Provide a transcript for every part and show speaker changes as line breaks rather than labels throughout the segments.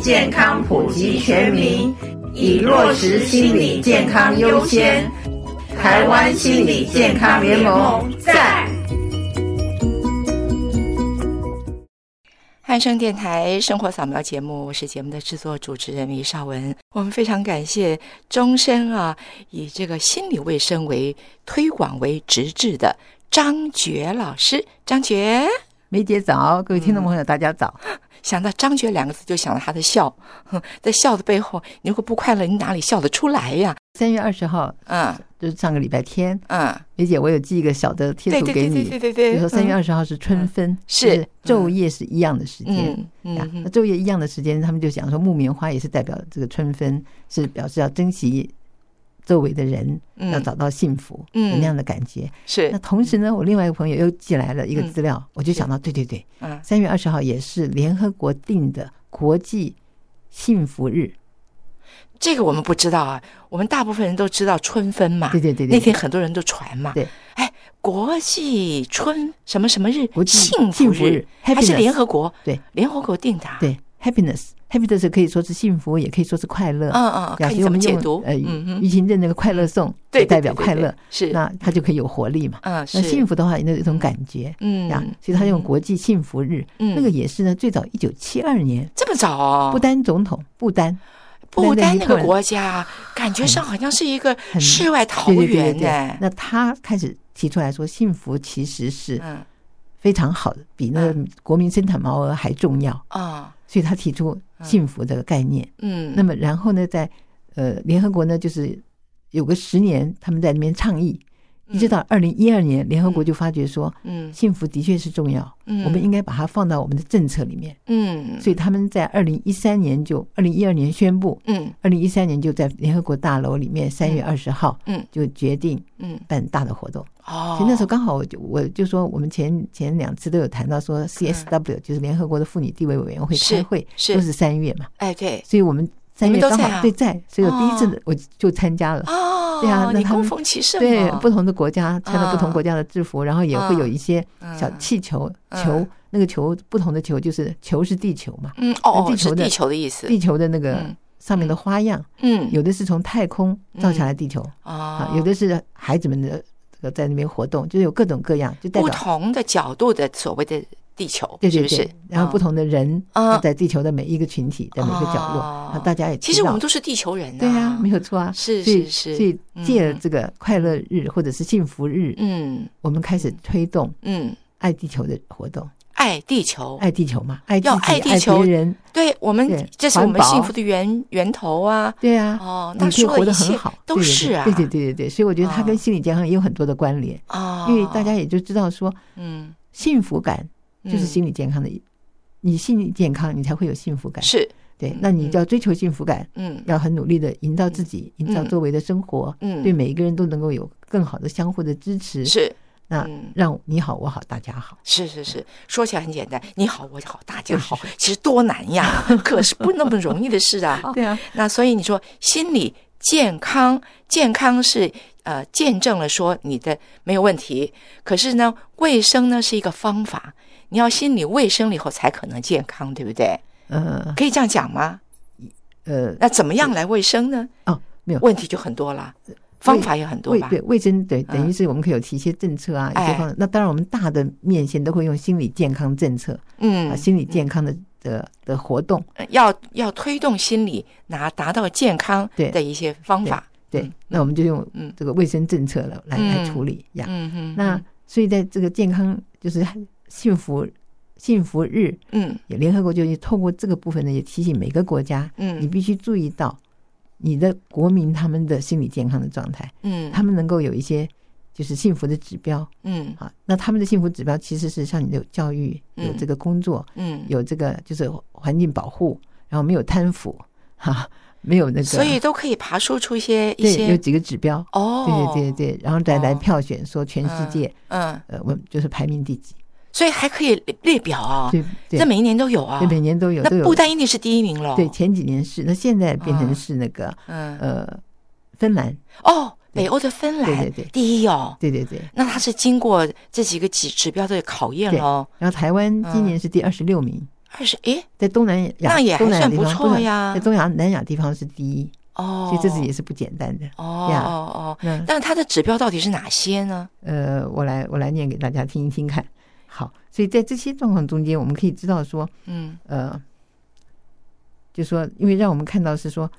健康普及全民，以落实心理健康优先。台湾心理健康联盟在。
汉声电台生活扫描节目，我是节目的制作主持人李少文。我们非常感谢终身啊，以这个心理卫生为推广为直至的张觉老师。张觉，
梅姐早，各位听众朋友，
嗯
大家早。
想到张觉两个字，就想到他的笑。哼在笑的背后，你如果不快乐，你哪里笑得出来呀？
三月二十号，
嗯
就是上个礼拜天，
嗯，
梅姐，我有寄一个小的贴
对
图
对
给
对
你，
对对对对，
比如说三月
嗯
二十号是春分，
是
就昼夜是一样的时间。
嗯
呀
嗯
那
嗯
昼夜一样的时间，他们就讲说木棉花也是代表这个春分，是表示要珍惜周围的人，
嗯
要找到幸福，
嗯
有那样的感觉。那
是
同时呢，我另外一个朋友又寄来了一个
嗯
资料，我就想到，对对对，
嗯
三月二十号也是联合国定的国际幸福日，
这个我们不知道啊，我们大部分人都知道春分嘛，
对对对对
那天很多人都传嘛，
对，
哎，国际春什么什么日，
国际
幸
幸福
日
日
还是
happiness
联合国，
对，
联合国定的啊，
对，happiness。happiness 可以说是幸福，也可以说是快乐。
嗯嗯，
呀
看
所
你
以我
怎么
们
解
用
读，
呃，
嗯嗯，
疫情的那个快乐颂，
对
就代表快乐，
对对对对是
那它就可以有活力嘛。
嗯
那
是
幸，福的话，那有一种感觉，
嗯
呀，所以他用国际幸福日，
嗯
那个也是呢，最早一九七二年，
这么早哦，
不丹总统不丹，
不丹
丹
那
尼
个
克尔
国家，感觉上好像是一个
很
世外桃
对对对
源
对对
呢，，
那他开始提出来说，幸福其实是
嗯
非常好的，比那个国民生产毛额还重要，
啊
所以他提出幸福这个概念。
嗯，
那么然后呢，在呃联合国呢，就是有个十年，他们在那边倡议，一直到二零一二年，联合国就发觉说，
嗯
幸福的确是重要，
嗯
我们应该把它放到我们的政策里面。
嗯
所以他们在二零一三年就二零一二年宣布，
嗯
二零一三年就在联合国大楼里面三月二十号，
嗯
就决定
嗯
办大的活动。
哦
其实那时候刚好我就我就说，我们前前两次都有谈到说，CSW 就是联合国的妇女地位委员会
嗯是
开会，
是
都是三月嘛。
哎对
所以我们三
你们
月
都
刚
在
好
啊
对在，所以我第一次的我就参加了。
哦，
对啊那
你
他们
供奉其圣
对
嘛
不同的国家穿着
啊
不同国家的制服，然后也会有一些小
嗯
气球，
嗯
球那个球不同的球就是球是地球嘛，
嗯哦，
那
哦
地球
是
的
地球的意思，
地球的那个
嗯
上面的花样，
嗯
有的是从太空照下来地球
啊
啊，有的是孩子们的这个在那边活动，就是有各种各样，就代
不
表
同的角度的所谓的地球，
对
是
对
不是
对？，然后不
嗯
同的人
啊
在地球的每一个群体，在每一个角落，
哦
啊，大家也
其
知
实我
道
们都是地球人
对
啊
啊，，没有错啊，
是
所以
是是
所以
嗯
借这个快乐日或者是幸福日，
嗯
我们开始推动
嗯，
爱地球的活动，
爱地球，
爱地球嘛，爱自
哦要
己，
爱地球
别人，
对我们
对
这是我们
环保
幸福的源源头啊。
对啊，
哦那
你可以
说的
活得
一切
很好，
都
对对
是啊
对对对对对，所以我觉得它
哦
跟心理健康也有很多的关联，
啊，
因为大家也就知道说，
嗯
幸福感就是
嗯
心理健康的一，你心理健康，你才会有幸福感，
是
对，那你就要追求幸福感。
嗯
要很努力的营造自己，营造
嗯
周围的生活，
嗯
对每一个人都能够有更好的相互的支持。
是
那
嗯
让你好，我好，大家好。
是是是，说起来很简单，你好我好大家好，其实多难呀，可是不那么容易的事 啊。
对啊，
那所以你说心理健康，健康是呃见证了说你的没有问题，可是呢，卫生呢是一个方法，你要心理卫生了以后才可能健康，对不对？
呃
可以这样讲吗？
呃，
那怎么样来卫生呢？
哦，没有
问题就很多啦，方法也很多
卫
吧？
对卫生对，等于是我们可以有提一些政策啊，
嗯
一
哎
些方。那当然，我们大的面向都会用心理健康政策啊，
嗯，
心理健康的的的活动。
要要推动心理拿达到健康
对
的一些方法。
对，那我们就用
嗯
这个卫生政策了来
嗯
来处理呀。
嗯哼，
那所以在这个健康就是幸福幸福日，
嗯
也联合国就透过这个部分呢，也提醒每个国家，
嗯
你必须注意到你的国民他们的心理健康的状态，
嗯
他们能够有一些就是幸福的指标
嗯
啊。那他们的幸福指标其实是像你有教育、
嗯
有这个工作、
嗯，
有这个就是环境保护，然后没有贪腐，哈、没有那个，
所以都可以爬梳出一些一
对有
些
几个指标，
哦，
对对对对，然后再来
哦
票选说全世界、
嗯，
呃，我们就是排名第几，
所以还可以列表啊，
对对，
这每一年都有啊
对。每年都有
那
都有
不丹一定是第一名喽。
对，前几年是，那现在变成是那个、
嗯，
呃芬兰，
哦，北欧的芬兰
对对对
第一哦，
对对对。
那它是经过这几个指指标的考验
对
喽。嗯
然后台湾今年是第二十六名，
二十诶，
在东南亚，
那也还
东南亚
算
地
不
方
错
东南
呀
在。东亚南亚地方是第一，
哦，
所以这次也是不简单的。
哦
呀
哦哦，
那
但它的指标到底是哪些呢？
呃，我来我来念给大家听一听看。好，所以在这些状况中间，我们可以知道说，
嗯
呃，就说因为让我们看到是说，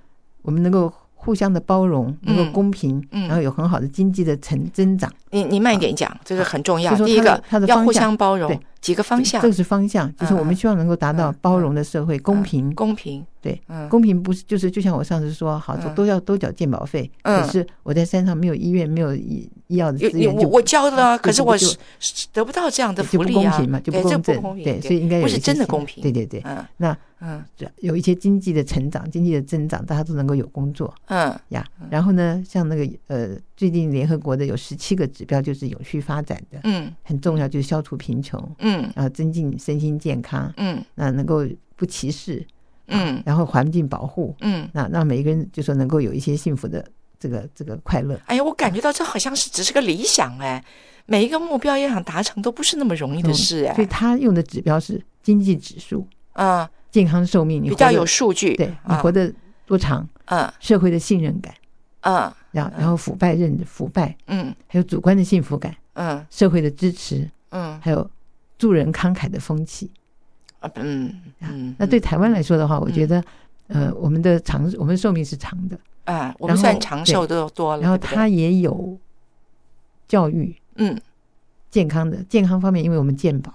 我们能够互相的包容，能够
嗯
公平，
嗯
然后有很好的经济的成增长，
你你慢一点讲，这个很重要。
啊就说
第一
它的
个
它的
要
方
互
向
相包容
对，
几个方向
这，个是方向，就是我
嗯
们希望能够达到
嗯
包容的社会，公
嗯
平。
公平，
对，
嗯
公平不是就是就像我上次说，好
嗯
都要都缴健保费，
嗯
可是我在山上没有医院，没有医医药的
有
资
有
源，
我
就哦
我交了，啊
就
可是
就
我
就是
是得不到这样的
就
福
不
利
公
啊，
平嘛，就
对，这
公
不
正
公，平，
对，所以应该有
不
一
是
些
真的
新
公平。
对对对，
嗯
那
嗯
这有一些经济的成长、经济的增长，大家都能够有工作
嗯
呀。然后呢，像那个呃，最近联合国的有十七个指标，就是永续发展的，
嗯
很重要，就是消除贫穷，
嗯
然后增进身心健康，
嗯
那能够不歧视，
嗯
然后环境保护，
嗯。
那让每一个人就说能够有一些幸福的这个这个快乐，
哎呀，我感觉到这好像是只是个理想哎，每一个目标要想达成都不是那么容易
嗯
的事
所以
哎。
他用的指标是经济指数、
嗯，
健康寿命，你
比
活
较
得
有数据。
对你
啊
活得多长，
嗯
社会的信任感，
嗯
然后然后腐败认腐败，
嗯
还有主观的幸福感，
嗯
社会的支持，
嗯
还有助人慷慨的风气。
啊嗯嗯。
那对台湾来说的话，我觉
嗯
得，呃，我们的长我们寿命是长的，
啊，我
然
们算
后
长
对
寿都多了。
然后
对不对
它也有教育
嗯，
健康的健康方面，因为我们健保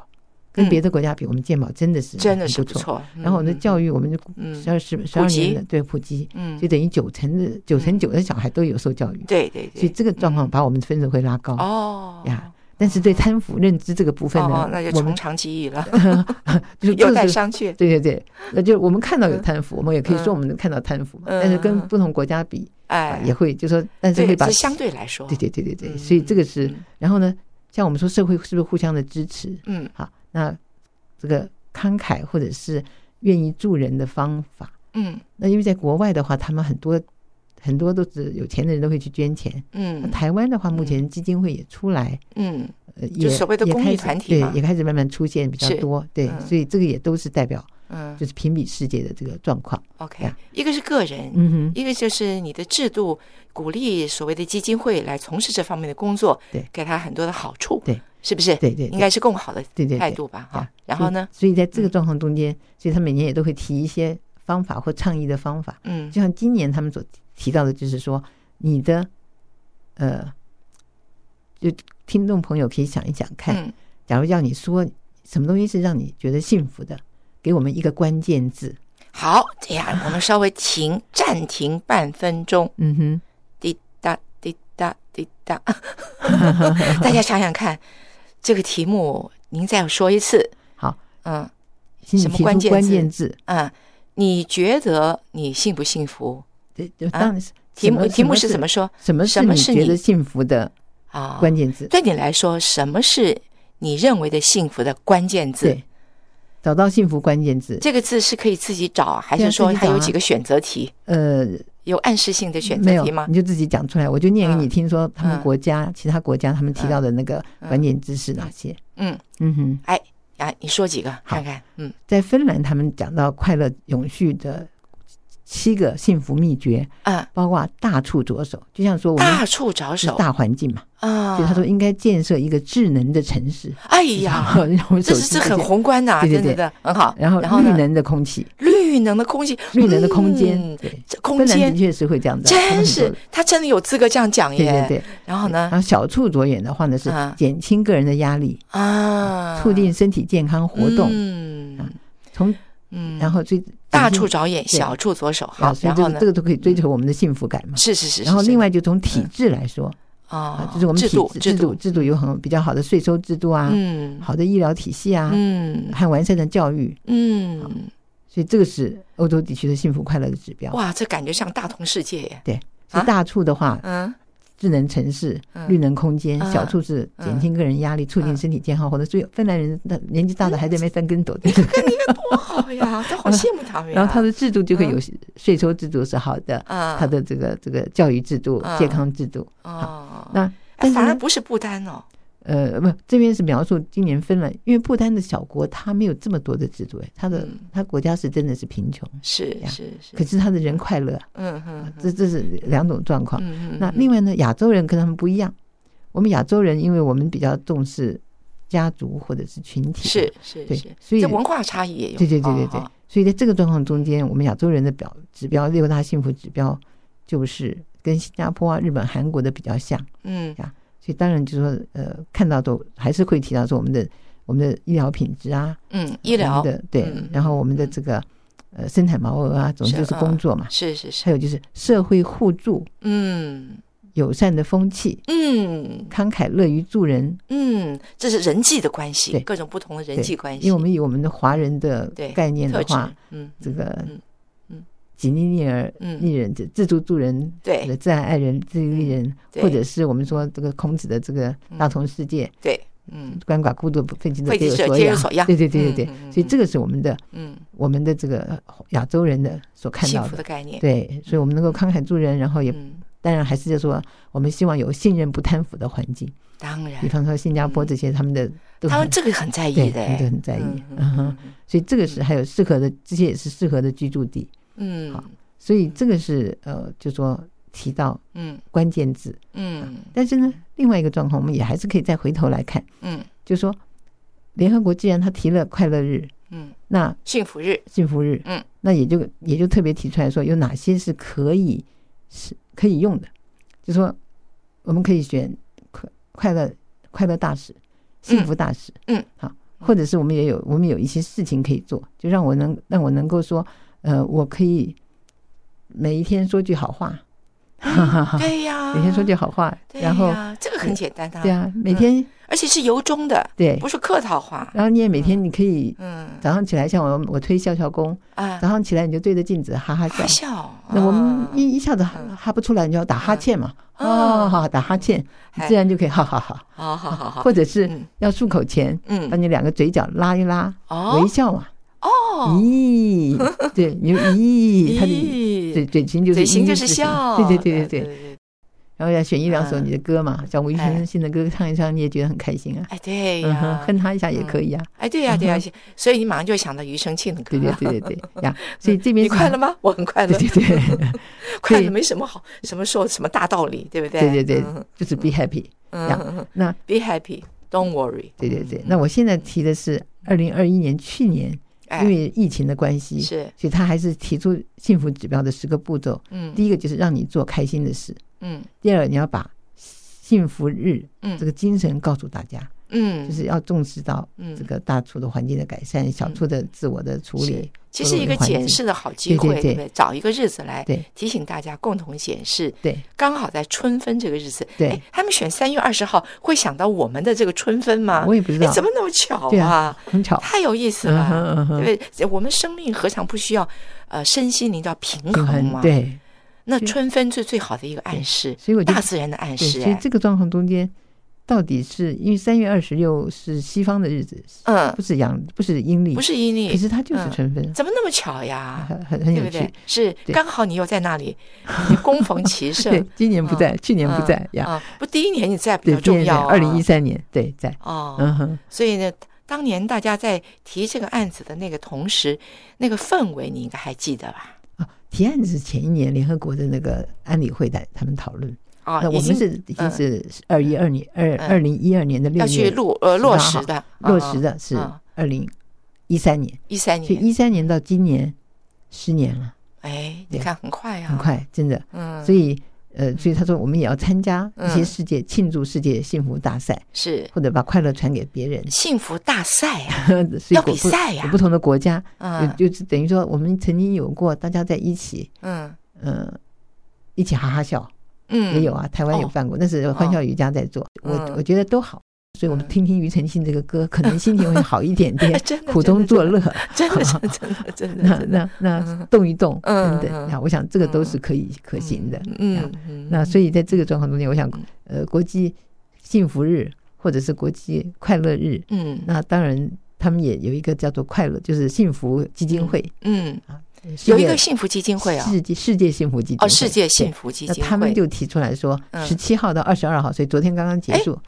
跟
嗯
别的国家比，我们健保真的是
真的
很
是
不错。
错。
然后我们的
育，
教育，我们就
嗯
十二十十二
及
年的对普及，
嗯，
就等于九成的九成九的小孩都有受教育，
对对
所
对。
以这个状况把我们的分数会拉高。
哦
啊呀但是对贪腐认知这个部分
哦
呢，，
那就
我
从
们
长计议了，
就是
有待
就是
商榷。
对对对，那就是我们看到有贪腐，我们也可以说
嗯
我们能看到贪腐嘛，
嗯
但是跟不同国家比啊
哎，
也会就说，但是
对，
会把
这相对来说，
对对对对对，
嗯
所以这个是
嗯
然后呢，像我们说社会是不是互相的支持？
嗯
好，那这个慷慨或者是愿意助人的方法，
嗯
那因为在国外的话，他们很多很多都是有钱的人都会去捐钱。那
嗯
台湾的话，
嗯
目前基金会也出来，
嗯，
呃，
就
也
所谓的
也
公益
开始
团体嘛
对，也开始慢慢出现比较
是
多，对，
嗯
所以这个也都是代表
嗯
就是评比世界的这个状况。
，OK，
呀
一个是个人，
嗯哼，
一个就是你的制度鼓励所谓的基金会来从事这方面的工作，
对
给他很多的好处，
对，
是不是？
对对对
应该是更好的
对对
态
对。
度吧，
呀
哈。然后呢，
所以？所以在这个
嗯
状况中间，所以他每年也都会提一些方法或倡议的方法。
嗯
就像今年他们所提到的，就是说你的呃，就听众朋友可以想一想看，
嗯
假如要你说什么东西是让你觉得幸福的，给我们一个关键字。
好，这样我们稍微停暂停半分钟，
嗯哼，
滴答滴答滴答， 大家想想看，这个题目您再说一次，
好，
嗯
请你
什么
提出
关键字
关键字。
嗯，你觉得你幸不幸福？
对，就
啊
当然是
题目题目是
什
怎
么
么说
什么
什么
是
是
你觉
你
得幸福的
啊？
关键字？
对你来说，什么是你认为的幸福的关键字？
对，找到幸福关键字。
这个字是可以自己找，还
对啊
是说
自己
它
找啊
有几个选择题？
呃，
有暗示性的选
没
择
有
题吗，？
你就自己讲出来，我就念给你
嗯
听，说他们
嗯
国家、其他国家他们提到的那个
嗯
关键字是哪些？
嗯，
嗯哼。
啊，你说几个看看？嗯
在芬兰，他们讲到快乐永续的七个幸福秘诀，
啊，
包括大处着手，就像说我们
大处着
是
手
大环境嘛，
啊
所以他说应该建设一个智能的城市。
哎
然
呀，
后 让我们
这
手
是
机
这很
这些
宏观的、啊，
对对
真的的很好。
然后
然后
绿
呢
能的空气，
绿能的空气，
绿能的空间
嗯，
对，
这空
芬兰
间
的确是会这样的，啊他们
真
很
是哎
多的
他真的有资格这样讲
对
耶。
对对。
然后
然
呢
后小处着眼的话呢，是
啊
减轻个人的压力，
啊，
促进身体健康活动，
嗯
从
嗯，
然后最
大
减轻
处着眼，
对
小处着手。好
啊，所以
然
这
后
个
呢
这？个都可以追求我们的幸福感嘛。
是是是。
然后
是
另
是
外就从体
嗯
制来说，
啊
啊，，就是我们
制
体
度
制度制度有很比较好的税收制度啊，
嗯
好的医疗体系啊，
嗯
和完善的教育，
嗯，
所以这个是欧洲地区的幸福快乐的指标。
哇，这啊感觉像大同世界耶。
所以大处的话，
嗯
智能城市、
嗯
绿能空间；
嗯
小处是减轻个人压力，促进身体健康活动。所以芬兰人的年纪大的还
嗯
在那边翻跟 斗，对
多好哎呀，都好羡慕他们呀。
然后他的制度就会
嗯
有税收制度是好的，
啊，
他的这个这个教育制度
嗯、
健康制度。
哦，
那
哎
但是
反而
呢，
不是不丹哦，
呃，不，这边是描述今年芬兰，因为不丹的小国，它没有这么多的制度，哎，它的、
嗯
它国家是真的是贫穷，
是
呀
是是，
可是它的人快乐啊，
嗯哼，
这这是两种状况。
嗯嗯，
那
嗯
另外呢，亚洲人跟他们不一样，我们亚洲人因为我们比较重视家族或者是群体，
是是
对
是，
所以
这文化差异也有，
对对对对对
哦，
所以在这个状况中间，我们亚洲人的表指标六大幸福指标就是跟新加坡啊、日本、韩国的比较像，
嗯
所以当然就是说，呃，看到都还是会提到说我们的我们的医疗品质啊，
嗯，医
我
疗
们的对，
嗯
然后我们的这个呃生产毛额啊，总之就是
是
工作嘛，
是嗯是是，
还有就是社会互助、
嗯
友善的风气、
嗯
慷慨乐于助人，
嗯，这是人际的关系，
对
各种不同的人
对
际关系，
因为我们以我们的华人的
对
概念的
特质
话，，
嗯
这个
嗯嗯
己逆逆而
嗯
逆人，自助助人，
对嗯
自然爱人，自利利人，
对嗯
或者是我们说这个孔子的这个大同世界，
对，嗯
鳏寡孤独不分其者
惠及
有
者
所
皆有
养
所养
对对对对
嗯嗯嗯
对，所以这个是我们的
嗯，
我们的这个呃亚洲人的所看
幸
到
福的
的。
概念，
对，所以我们能够慷慨助人，然后也
嗯，
当然还是就说，我们希望有信任不贪腐的环境。
当然
比，方说新加坡这些，他们的
嗯
都
他
很
们这个很在意
对，
的
他
欸，
们都很在意
嗯。
嗯
嗯
哼，所以这个是还有适合的，这些也是适合的居住地。
嗯
好所以这个是呃，就说提到
嗯
关键字。
嗯
但是呢，另外一个状况，我们也还是可以再回头来看，
嗯
就说联合国既然他提了快乐日，
嗯，
那
幸福日，
幸福日，
嗯，
那也就也就特别提出来说，有哪些是可以是可以用的，就说我们可以选快快乐快乐大使、幸福大使，
嗯嗯嗯
好，或者是我们也有我们有一些事情可以做，就让我能让我能够说，呃，我可以每一天说句好话，哈啊哈哈，
对呀，
每天说句好话，
啊对
然后
呀这个很简单的，
对，啊，每天
而且是由衷的，
对，
不是客套话，
然后你也每天你可以
嗯
早上起来，像我我推笑笑功，
啊
早，上起来你就对着镜子哈哈
发
笑。
笑，
那我们
啊
一一下子哈
嗯
哈不出来，你就要打哈欠嘛，
嗯
哦，好打哈欠，
嗨
自然就可以哈哈哈。
好好好好，
或者是
嗯
要漱口前，把
嗯
你两个嘴角拉一拉，
哦
微笑嘛。
哦，
咦，对，你就 咦，他的
咦
嘴嘴型就是
嘴型
咦
就是
字形
笑，
对对对对对。
对，
然后要选一两首
嗯
你的歌嘛，像吴宇
哎
森新的歌唱一唱，你也觉得很开心啊。
哎对
嗯哼，
呀，
哼他一下也可以啊。
哎对呀对呀， 所以你马上就想到庾澄庆的歌
对对
了。
对对对呀，所以这边
你
是
快乐吗？我很快乐
对，对对
快乐
对
没什么好，什么说什么大道理，对不对？
对对对
嗯，
就是 be happy。
嗯
呀
嗯嗯
那
，Be happy, don't worry。
对对对，那我现在提的是二零二一年去年，
哎
因为疫情的关系，
是，
所以他还是提出幸福指标的十个步骤。
嗯
第一个就是让你做开心的事，
嗯
第二你要把幸福日
嗯
这个精神告诉大家，
嗯，
就是要重视到
嗯
这个大处的环境的改善，小处的自我的处
是
理。
其实一个
环境
检视的好机会，
对对对
不对？找一个日子来
对
提醒大家共同检视，
对
刚好在春分这个日子，
对
哎，他们选三月二十号，会想到我们的这个春分吗？
我也不知
哎
道，
怎么那么巧
对
啊
啊？很巧，
太有意思
嗯哼
了，
嗯哼，
对不对？我们生命何尝不需要呃身心灵都要平
平
衡
衡
吗？，
对。
那春分是最好的一个暗示，
所以我就
大自然的暗
对，
示，
所以
哎，
这个状况中间，到底是因为三月二十六是西方的日子，
嗯
不，是阳，不是阴历，
不是阴
可
历，
是它就是
嗯
春分，
怎么那么巧呀？
很很
对
很有
不
趣。
对？是
对
刚好你又在那里，你攻逢其盛
对，，今年不
嗯
在，去年不
嗯
在呀。
啊，不，第一年你在比
对，
较
今
重
年在
要啊。
二零一三年，对，在。
哦，
嗯哼，
所以呢，当年大家在提这个案子的那个同时，那个氛围你应该还记得吧？
啊，提案是前一年联合国的那个安理会在他们讨论，
啊，
那呃我
已
们
经
是已经
嗯
是二一二年二
嗯
二零一二年的六
要去
月
落呃
18
落实的
落实的是
啊
二零一三年，
一三
所以
年，
一三年到今年十年了，
哎，你
对
看很快啊，
很，快，真的。
嗯，
所
以
以呃，所以他说我们也要参加一些
嗯
世界庆祝世界幸福大赛，
是
或者把快乐传给别人。
幸福大赛啊，
所以
要
果
比
不
赛呀
有不同的国家，
嗯
就就是等于说我们曾经有过大家在一起，
嗯
呃，一起哈哈笑，
嗯，
也有啊，台湾有
哦
办过，那是欢笑瑜伽在做，
嗯
我我觉得都好。所以我们
嗯
听听庾澄庆这个歌，可能心情会好一点点
哎， 真的
苦中作乐。
真的， 真的真的真的
那
真的
那那
嗯
动一动，
嗯
等等
嗯
啊，我想这个都
嗯
是可以可行的。
嗯嗯，
那所以在这个状况中间，我想
嗯，
呃，国际幸福日或者是国际快乐日，
嗯
那当然他们也有一个叫做快乐，就是幸福基金会，
嗯，
世
有
界
一个幸福基金会啊，
世界世界幸福基金会
哦，世界幸福基
对
金
那
会，
他们就提出来说，
嗯哎
十七号到二十二号，所以昨天刚刚结束，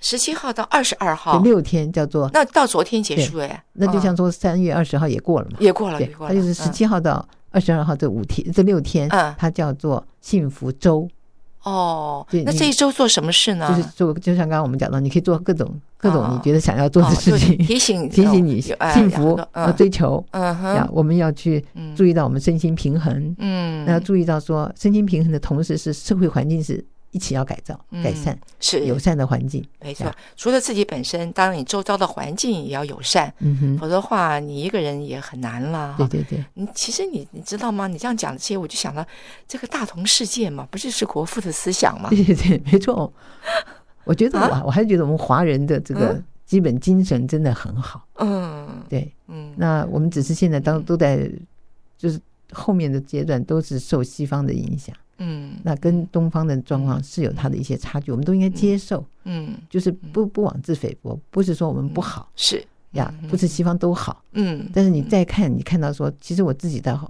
十七号到二十二号，
六天叫做
那到昨天结束哎，
那就像
嗯
说三月二十号也过了嘛，
也过了，也
对，
过
它
了，
就是十
嗯
七号到二十二号这五天这六天
嗯，
它叫做幸福周，
哦
对，
那
你
这一周做什么事呢？
就是做就像刚刚我们讲到，你可以做各种各种
嗯哦
你觉得想要做的
哦
事
就
情，
提醒
提醒你
有哎
幸
有
福
很多
要
嗯
追求
嗯
呀
哼，，
我们要去
嗯
注意到我们身心平衡，
嗯，
那要注意到说身心平衡的同时是社会环境是一起要改造
嗯
改善
是
友善的环境，
没
对
错
啊。
除了自己本身，当然你周遭的环境也要友善，
嗯哼，
否则的话你一个人也很难了。
对对对，
你其实你你知道吗？你这样讲这些，我就想到这个大同世界嘛，不就是国父的思想嘛？
对对对，没错。哦我觉得我、我还是觉得我们华人的这个
啊嗯
基本精神真的很好，
嗯
对。
嗯，
那我们只是现在当都在就是后面的阶段都是受西方的影响，
嗯
那跟东方的状况是有它的一些差距，我们都应该接受，
嗯
就是不不妄自菲薄，不是说我们不好
是
呀
嗯，
不是西方都好，
嗯
但是你再看，你看到说，其实我自己到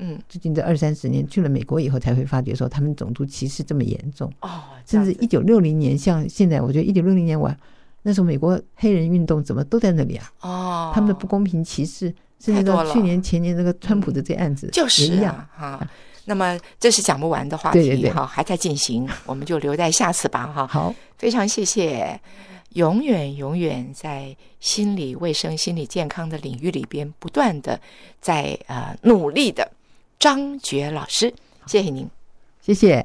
嗯
最近这二三十年去了美国以后，才会发觉说他们种族歧视这么严重。
哦，这
甚
样
至
子
一九六零年，像现在，我觉得一九六零年晚，那时候美国黑人运动怎么都在那里啊，
哦，
他们的不公平歧视，甚至
太多
到
了
去年前年那个川普的这案子，
就是
也一样。
啊，哈。那么这是讲不完的话
对对
题
对
哈，还在进 行，我们就留在下次吧哈。
好，
非常谢谢，永远永远在心理卫生、心理健康的领域里边不断的在呃努力的张觉老师，谢谢您。
谢谢。